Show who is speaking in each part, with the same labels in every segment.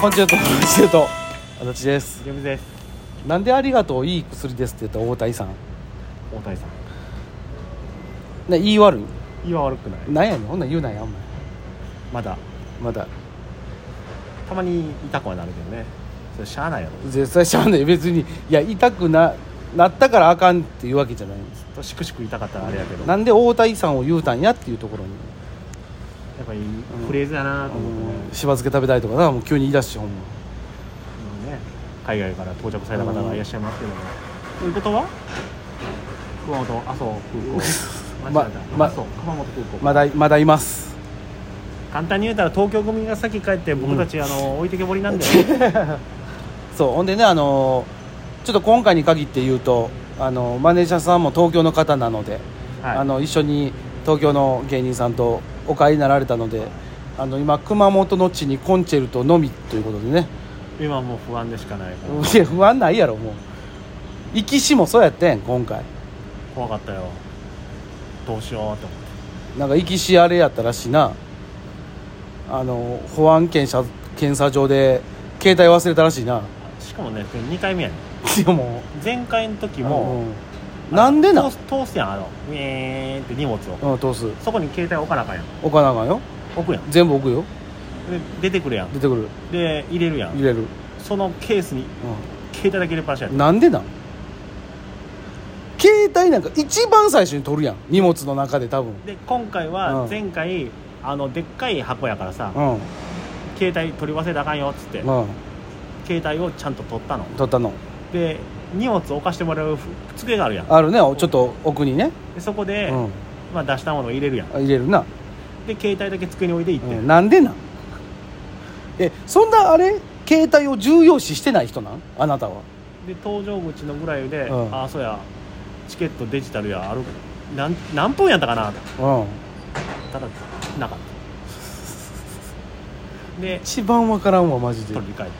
Speaker 1: コンチェルトコンチェルト私です
Speaker 2: ジェームズです
Speaker 1: なんでありがとういい薬ですって言った大谷さん
Speaker 2: 大谷さん
Speaker 1: な言い悪い
Speaker 2: 胃は悪くない
Speaker 1: なんやねんほんなん言うなやあんま
Speaker 2: まだ
Speaker 1: りまだ
Speaker 2: たまに痛くはなるけどねそれしゃあないやろ
Speaker 1: 絶対しゃあない別にいや痛くななったからあかんっていうわけじゃないんです
Speaker 2: としくしく痛かったらあれやけど
Speaker 1: なんで大谷さんを言うたんやっていうところに、
Speaker 2: やっぱりフレーズやなと思ってね,、
Speaker 1: うん、しば漬け食べたいとかなもう急に言い出してほんま
Speaker 2: うね海外から到着された方がいらっしゃいますけども、ということは熊本阿蘇 空港
Speaker 1: ま
Speaker 2: 間違えた
Speaker 1: ま
Speaker 2: 阿蘇熊本空港、
Speaker 1: まだまだいます
Speaker 2: 簡単に言うたら東京組が先帰って僕たち、あの置いてけぼりなんで
Speaker 1: そうほんでねあのちょっと今回に限って言うとあのマネージャーさんも東京の方なので、
Speaker 2: はい
Speaker 1: あの一緒に東京の芸人さんとお帰りになられたのであの今熊本の地にコンチェルトのみということでね
Speaker 2: 今もう不安でしかないもう
Speaker 1: いや不安ないやろもう行きしもそうやってん今回
Speaker 2: 怖かったよどうしようと思って
Speaker 1: なんか行きしあれやったらしいなあの保安検査検査場で携帯忘れたらしいな
Speaker 2: しかもね2回目やね
Speaker 1: いやも
Speaker 2: 前回の時
Speaker 1: う
Speaker 2: も、
Speaker 1: うんなんでな
Speaker 2: 通す通すやんあのウィーンって荷物を
Speaker 1: うん通す
Speaker 2: そこに携帯置かなあかんやん
Speaker 1: 置かなあかんよ
Speaker 2: 置くやん
Speaker 1: 全部置くよ
Speaker 2: で出てくるやん
Speaker 1: 出てくる
Speaker 2: で入れるや
Speaker 1: 入
Speaker 2: ん
Speaker 1: れる、
Speaker 2: そのケースに携帯だけ入れっぱなしや
Speaker 1: う
Speaker 2: ねん
Speaker 1: ん、なんでなん携帯なんか一番最初に取るやん荷物の中で多分
Speaker 2: で今回
Speaker 1: う
Speaker 2: は
Speaker 1: ん
Speaker 2: 前回、あのでっかい箱やからさ、
Speaker 1: うん
Speaker 2: 携帯取り忘れたらあかんよっつって、
Speaker 1: うん
Speaker 2: 携帯をちゃんと取ったの
Speaker 1: 取ったの
Speaker 2: で荷物置かしてもらう机があるやん
Speaker 1: あるねおちょっと奥にね、
Speaker 2: でそこで、
Speaker 1: うん、
Speaker 2: まあ、出したものを入れるやん
Speaker 1: あ入れるな、
Speaker 2: で携帯だけ机に置いていっ
Speaker 1: う
Speaker 2: て、
Speaker 1: ん、なんでなんえそんなあれ携帯を重要視してない人なんあなたは
Speaker 2: で搭乗口のぐらいで、
Speaker 1: うん
Speaker 2: ああそうやチケットデジタルやあるなん何分やったかなと
Speaker 1: うん
Speaker 2: ただなかった で
Speaker 1: 一番わからんわマジで
Speaker 2: 取り替えて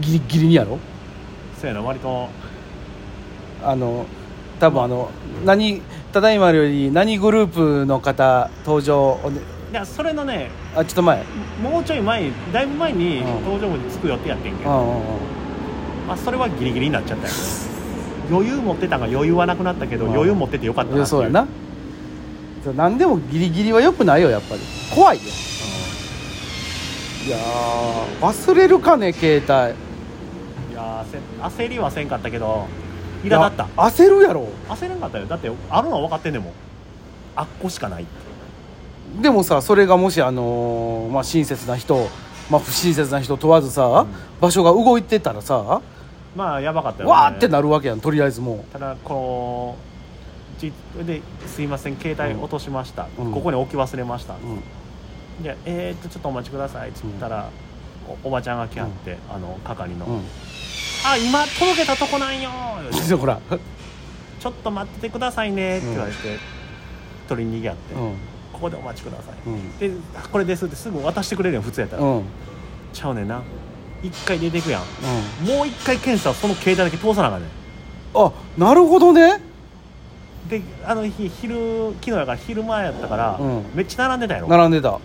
Speaker 1: ギリギリにやろ
Speaker 2: そうやな割と
Speaker 1: あの多分あの何ただいまより何グループの方登場おね
Speaker 2: いやそれのね
Speaker 1: あちょっと前
Speaker 2: もうちょい前にだいぶ前に
Speaker 1: うん
Speaker 2: 搭乗口に着く予定やってんけ
Speaker 1: う
Speaker 2: ど、
Speaker 1: んうんうん
Speaker 2: まあ、それはギリギリになっちゃったよ余裕持ってたんが余裕はなくなったけど
Speaker 1: うん
Speaker 2: 余裕持っててよかったなってい
Speaker 1: いやそうやなそう何でもギリギリはよくないよやっぱり怖いよいやー忘れるかね携帯
Speaker 2: うんいやーせ焦りはせんかったけど苛立った
Speaker 1: いや焦るやろ
Speaker 2: 焦らんかったよだってあるのは分かってんでもんあっこしかないって
Speaker 1: でもさそれがもしあのーまあ、親切な人まあ不親切な人問わずさ、
Speaker 2: うん
Speaker 1: 場所が動いてたらさ、
Speaker 2: まあやばかったよ、ね、
Speaker 1: わーってなるわけやんとりあえずも
Speaker 2: ただこうじですいません携帯落としました、
Speaker 1: うん
Speaker 2: ここに置き忘れました、
Speaker 1: う、うん
Speaker 2: いやえー、っとちょっとお待ちくださいっつったら、おおばちゃんが来はって、あの係の、
Speaker 1: うん、
Speaker 2: あ今届けたとこなんよ」
Speaker 1: でほら、
Speaker 2: ちょっと待っててくださいね」って言われて、取りに逃げ合って、
Speaker 1: うん
Speaker 2: ここでお待ちください」
Speaker 1: うん
Speaker 2: であこれです」ってすぐ渡してくれるやん普通やったら、
Speaker 1: うんうん、
Speaker 2: ちゃうねんな一回出てくやんもう一回検査はその携帯だけ通さなあかんねん
Speaker 1: あなるほどね
Speaker 2: であの日昼昨日やから昼前やったから、
Speaker 1: うん
Speaker 2: めっちゃ並んでたやろ
Speaker 1: 並んでた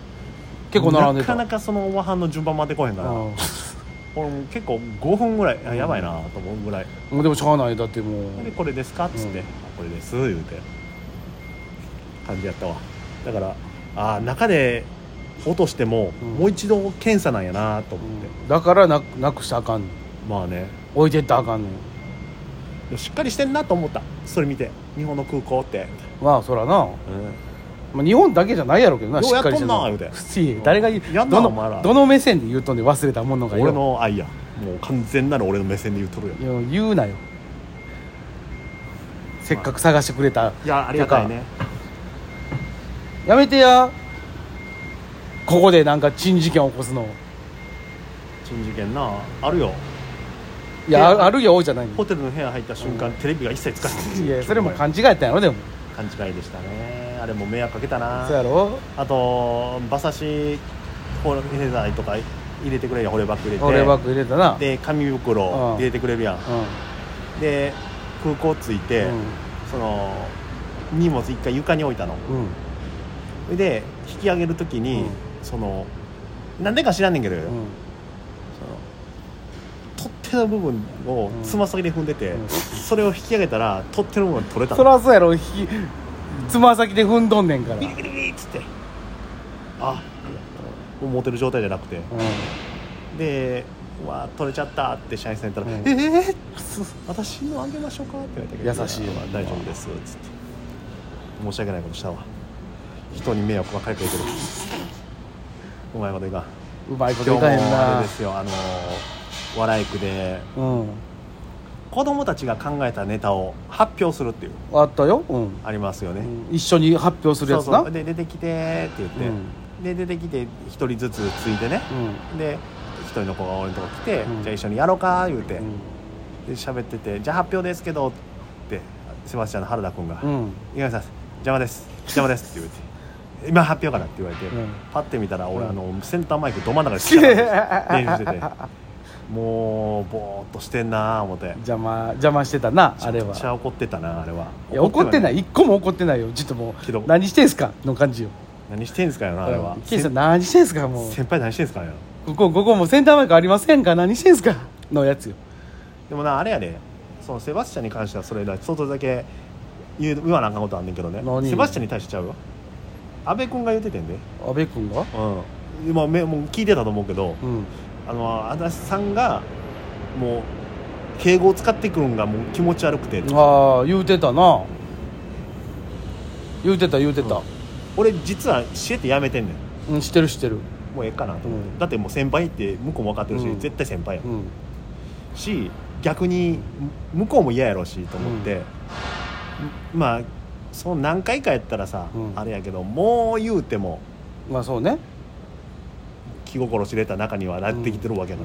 Speaker 1: 結構並んでた
Speaker 2: なかなかそのおばはんの順番待ってこへんから、俺も結構5分ぐらいあやばいなと思うぐらい、
Speaker 1: うん、でもしゃあないだってもう
Speaker 2: でこれですかっつって、
Speaker 1: うん
Speaker 2: これです言うて感じやったわだからあー中で落としても、
Speaker 1: うん
Speaker 2: もう一度検査なんやなと思って、
Speaker 1: うんだからななくしたらあかんねん
Speaker 2: まあね
Speaker 1: 置いてったらあかんねん
Speaker 2: でもしっかりしてんなと思ったそれ見て日本の空港って、
Speaker 1: まあそらな、
Speaker 2: う
Speaker 1: まあ、日本だけじゃないやろうけどな
Speaker 2: よう
Speaker 1: しっかりし
Speaker 2: やっとん
Speaker 1: て
Speaker 2: な 言うて
Speaker 1: て誰が言う
Speaker 2: やんな
Speaker 1: ど
Speaker 2: お前ら
Speaker 1: のどの目線で言うとんねん忘れたものが
Speaker 2: ん、
Speaker 1: よ
Speaker 2: 俺の愛やもう完全なる俺の目線で言うとるよ
Speaker 1: いや言うなよせっかく探してくれた
Speaker 2: いやありがたいね
Speaker 1: やめてやここでなんか珍事件起こすの
Speaker 2: 珍事件なあるよ
Speaker 1: いや
Speaker 2: いや
Speaker 1: ああるよじゃない
Speaker 2: ホテルの部屋入った瞬間、テレビが一切使って
Speaker 1: いやそれも勘違いやったんやろでも
Speaker 2: 勘違いでしたねあれも迷惑かけたな
Speaker 1: そうやろ
Speaker 2: あと馬刺し保冷剤とか入れてくれるやん保冷バッグ入れて
Speaker 1: 俺バッグ入れたなうん
Speaker 2: で紙袋
Speaker 1: うん
Speaker 2: 入れてくれるやん、で空港着いて、その荷物一回床に置いたの
Speaker 1: うんうん
Speaker 2: で引き上げるときに、
Speaker 1: うん
Speaker 2: そのなんでか知らんねんけどよ、
Speaker 1: うん
Speaker 2: 手の部分をつま先で踏んでて、
Speaker 1: うん
Speaker 2: それを引き上げたら取っ手の部分取れた
Speaker 1: そらそうやろひつま先で踏んどんねんから、う
Speaker 2: ビリ、
Speaker 1: ん
Speaker 2: ビリビリっつってあもう持てる状態じゃなくてで「うわ取れちゃった」って社員さん言ったら「
Speaker 1: うん
Speaker 2: ええ私のあげましょうか」って言われたけど
Speaker 1: 優しいわ
Speaker 2: まあ大丈夫です」っつって「申し訳ないことしたわ人に迷惑ばっかりかけてる」うまいこといかん
Speaker 1: うまいこと
Speaker 2: 今
Speaker 1: い
Speaker 2: 日も
Speaker 1: かへん
Speaker 2: あ
Speaker 1: な
Speaker 2: れですよあの笑い句で
Speaker 1: うん
Speaker 2: 子供たちが考えたネタを発表するっていう
Speaker 1: あったよ、うん
Speaker 2: ありますよね、
Speaker 1: 一緒に発表するやつな
Speaker 2: そうそうで出てきてって言って、で出てきて一人ずつついてねで一人の子が俺のとこ来て、
Speaker 1: うん
Speaker 2: じゃあ一緒にやろうか言うて、
Speaker 1: うん
Speaker 2: で喋ってて「じゃあ発表ですけど」ってセバスチャンの原田君が
Speaker 1: うんうん
Speaker 2: 「五十嵐さん邪魔です邪魔です」って言うて「今発表かな」って言われて、
Speaker 1: うん
Speaker 2: パッて見たら俺、
Speaker 1: うん
Speaker 2: あのセンターマイクど真ん中でし 練習しててもうぼーっとしてんなー思って
Speaker 1: 邪魔邪魔してたなあれ
Speaker 2: め
Speaker 1: は
Speaker 2: っちゃ怒ってたなあれはい
Speaker 1: や怒ってないい一個も怒ってないよちょっとも
Speaker 2: けど
Speaker 1: う何してんすかの感じよ
Speaker 2: 何してんすかよなあれは
Speaker 1: うんケイさん何してんすかもう
Speaker 2: 先輩何してんすかよ
Speaker 1: ここここもうセンターマイクありませんか何してんすかのやつよ
Speaker 2: でもなあれやでそのセバスチャンに関してはそれだ相当だけ言う言わなあかんことあんねんけどね
Speaker 1: 何
Speaker 2: セバスチャンに対してちゃうわ安倍君が言うててんで
Speaker 1: 阿部君が
Speaker 2: うん今めもう聞いてたと思うけど、
Speaker 1: うん
Speaker 2: あの足立さんがもう敬語を使ってくるんがもう気持ち悪くて、
Speaker 1: ああ言うてたな言うてた言うてた
Speaker 2: 俺実は知恵ってやめてんねん
Speaker 1: うん知ってる知ってる
Speaker 2: もうええかなと思って、
Speaker 1: うん
Speaker 2: だってもう先輩って向こうも分かってるし、
Speaker 1: うん
Speaker 2: 絶対先輩やん
Speaker 1: うん
Speaker 2: し逆にむ向こうも嫌やろしと思って、んまあその何回かやったらさ、
Speaker 1: うん
Speaker 2: あれやけどもう言うても
Speaker 1: まあそうね
Speaker 2: 気心知れた中にはなってきてるわけやか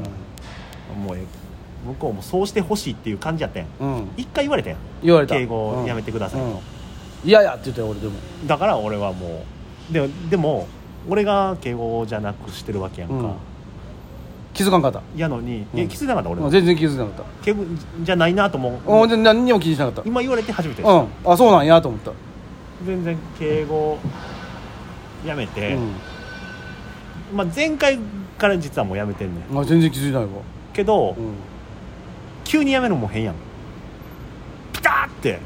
Speaker 2: ら、もうええ向こうもそうしてほしいっていう感じやったやん
Speaker 1: うんうん
Speaker 2: 一回言われたやん
Speaker 1: 言われた
Speaker 2: 敬語をやめ
Speaker 1: て
Speaker 2: てくださいと、
Speaker 1: いやいやって言ったよ俺でも
Speaker 2: だから俺はもうでもでも俺が敬語じゃなくしてるわけやんか、
Speaker 1: うん気づかんかった
Speaker 2: やのに、え
Speaker 1: うん
Speaker 2: 気づいてなかった俺
Speaker 1: うん
Speaker 2: は
Speaker 1: 全然気づいてなかっ
Speaker 2: 敬語じゃないなと
Speaker 1: たうん
Speaker 2: 思う
Speaker 1: 全然何にも気にしなかった
Speaker 2: 今言われて初めて、
Speaker 1: うんあそうなんやと思った
Speaker 2: 全然敬語やめて、
Speaker 1: う
Speaker 2: まあ、前回から実はもうやめてんねん
Speaker 1: んあ全然気づいてないわ
Speaker 2: けど、
Speaker 1: う
Speaker 2: 急にやめるのも変やんピタって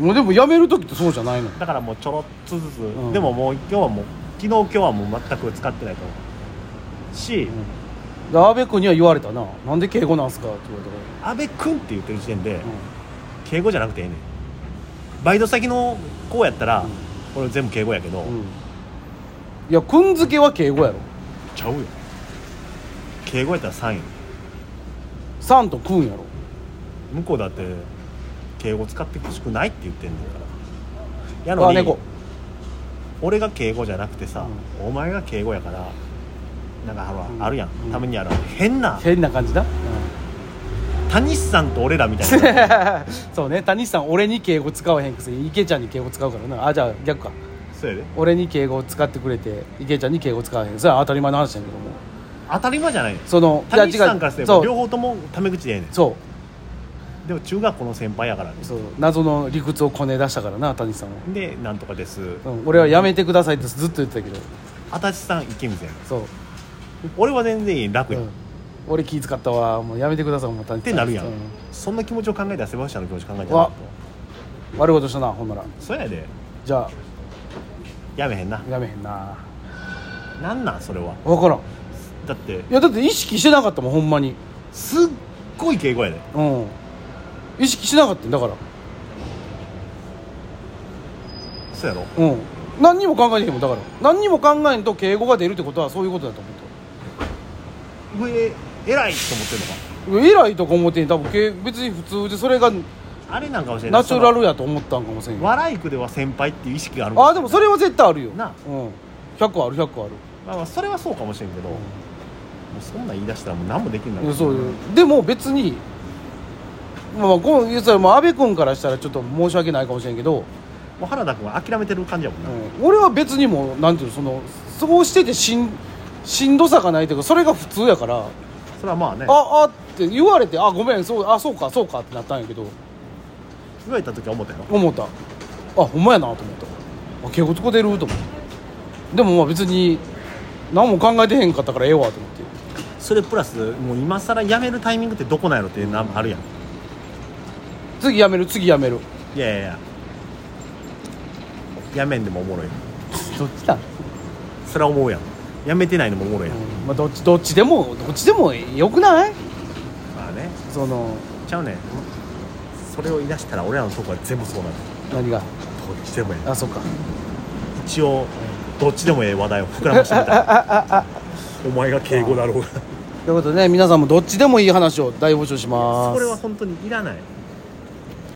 Speaker 1: んもうでも辞める時ってそうじゃないの
Speaker 2: だからもうちょろっとずつ、
Speaker 1: うん
Speaker 2: でももう今日はもう昨日今日はもう全く使ってないと思うし、
Speaker 1: で阿部君には言われたな「なんで敬語なんすか?」って言われた
Speaker 2: 安倍君って言ってる時点で、
Speaker 1: から、
Speaker 2: 敬語じゃなくてええねんバイト先の子やったら、
Speaker 1: うん
Speaker 2: 俺全部敬語やけど、
Speaker 1: うんいや「くんづけ」は敬語やろ
Speaker 2: ちゃうよ敬語やったら3や
Speaker 1: 「さん」と「くん」やろ
Speaker 2: 向こうだって敬語使ってほしくないって言ってんねんからや
Speaker 1: あ
Speaker 2: のに
Speaker 1: 猫
Speaker 2: 俺が敬語じゃなくてさ、お前が敬語やからなんかあるわ
Speaker 1: うん
Speaker 2: あるやん、
Speaker 1: うん
Speaker 2: ためにあるわ変な
Speaker 1: 変な感じだ、
Speaker 2: 谷さんと俺らみたいな
Speaker 1: そうね谷さん俺に敬語使わへんくせに池ちゃんに敬語使うからなあじゃあ逆か
Speaker 2: そうやで
Speaker 1: 俺に敬語を使ってくれて池ちゃんに敬語使わへんそれは当たり前の話やけども
Speaker 2: 当たり前じゃないよ
Speaker 1: そのいや
Speaker 2: 谷さんからすれば
Speaker 1: そう
Speaker 2: 両方ともタメ口でええね
Speaker 1: そ
Speaker 2: んでも中学校の先輩やからね
Speaker 1: うそう謎の理屈をこね出したからな谷さんは
Speaker 2: でなんとかです、
Speaker 1: うん、俺はやめてくださいってずっと言ってたけど
Speaker 2: あたしさん池水やん
Speaker 1: そう、
Speaker 2: 俺は全然いい楽
Speaker 1: う
Speaker 2: やん、
Speaker 1: ん
Speaker 2: っ、
Speaker 1: 俺気使ったわもうやめてください思ったって
Speaker 2: なるやん、
Speaker 1: う
Speaker 2: そんな気持ちを考えたらセバスチャンの気持ち考えた
Speaker 1: わ
Speaker 2: ら
Speaker 1: 悪いことしたなほんなら
Speaker 2: そうやで
Speaker 1: じゃ
Speaker 2: やめへんな
Speaker 1: あやめへんな
Speaker 2: なんなんそれは
Speaker 1: 分からん
Speaker 2: だって
Speaker 1: いやだって意識してなかったもんほんまに
Speaker 2: すっごい敬語やで
Speaker 1: うん意識してなかったんだから
Speaker 2: そうやろ
Speaker 1: うん何にも考えてへんもんだから何にも考えんと敬語が出るってことはそういうことだと思っ
Speaker 2: 上偉いと思ってるのか
Speaker 1: た偉いとか思ってん多分敬別に普通でそれが
Speaker 2: あれなんかもしれない
Speaker 1: ナチュラルやと思ったんかもしれ
Speaker 2: そ
Speaker 1: んよ
Speaker 2: の笑い句では先輩っていう意識があるん
Speaker 1: ああでもそれ
Speaker 2: は、
Speaker 1: は絶対あるよ
Speaker 2: な
Speaker 1: うん、100ある100ある
Speaker 2: まあ、まあそれはそうかもしれんけど、もうそんなん言い出したらもう何もできんない
Speaker 1: いやそうよでも別にまあこの言うたらまあ安倍君からしたらちょっと申し訳ないかもしれんけど、
Speaker 2: もう原田君は諦めてる感じやもんな、
Speaker 1: うん俺は別にもうなんていうのそのそうしててしんしんどさがないというかそれが普通やから、
Speaker 2: それはまあね
Speaker 1: ああって言われてあごめんそうあそうかそうかってなったんやけど
Speaker 2: 言われた時は思ったよ
Speaker 1: 思ったあほんまやなと思ったあ敬語使出ると思ってでもまあ別に何も考えてへんかったからええわと思って
Speaker 2: それプラスもう今更やめるタイミングってどこなんやろっていうのあるやん
Speaker 1: 次やめる次やめる
Speaker 2: いやいやいややめんでもおもろい
Speaker 1: どっちだ、
Speaker 2: それは思うやんやめてないのもおもろいやん、
Speaker 1: まあ、どっちどっちでもどっちでもよくない
Speaker 2: まあね
Speaker 1: その
Speaker 2: ちゃうねんそれを言い出したら俺らのとこは全部そうなの
Speaker 1: 何が
Speaker 2: どっちでもええ
Speaker 1: あそっか
Speaker 2: 一応どっちでもええ話題を膨らましてみたいお前が敬語だろうが
Speaker 1: ということでね皆さんもどっちでもいい話を大募集します
Speaker 2: これは本当にいらない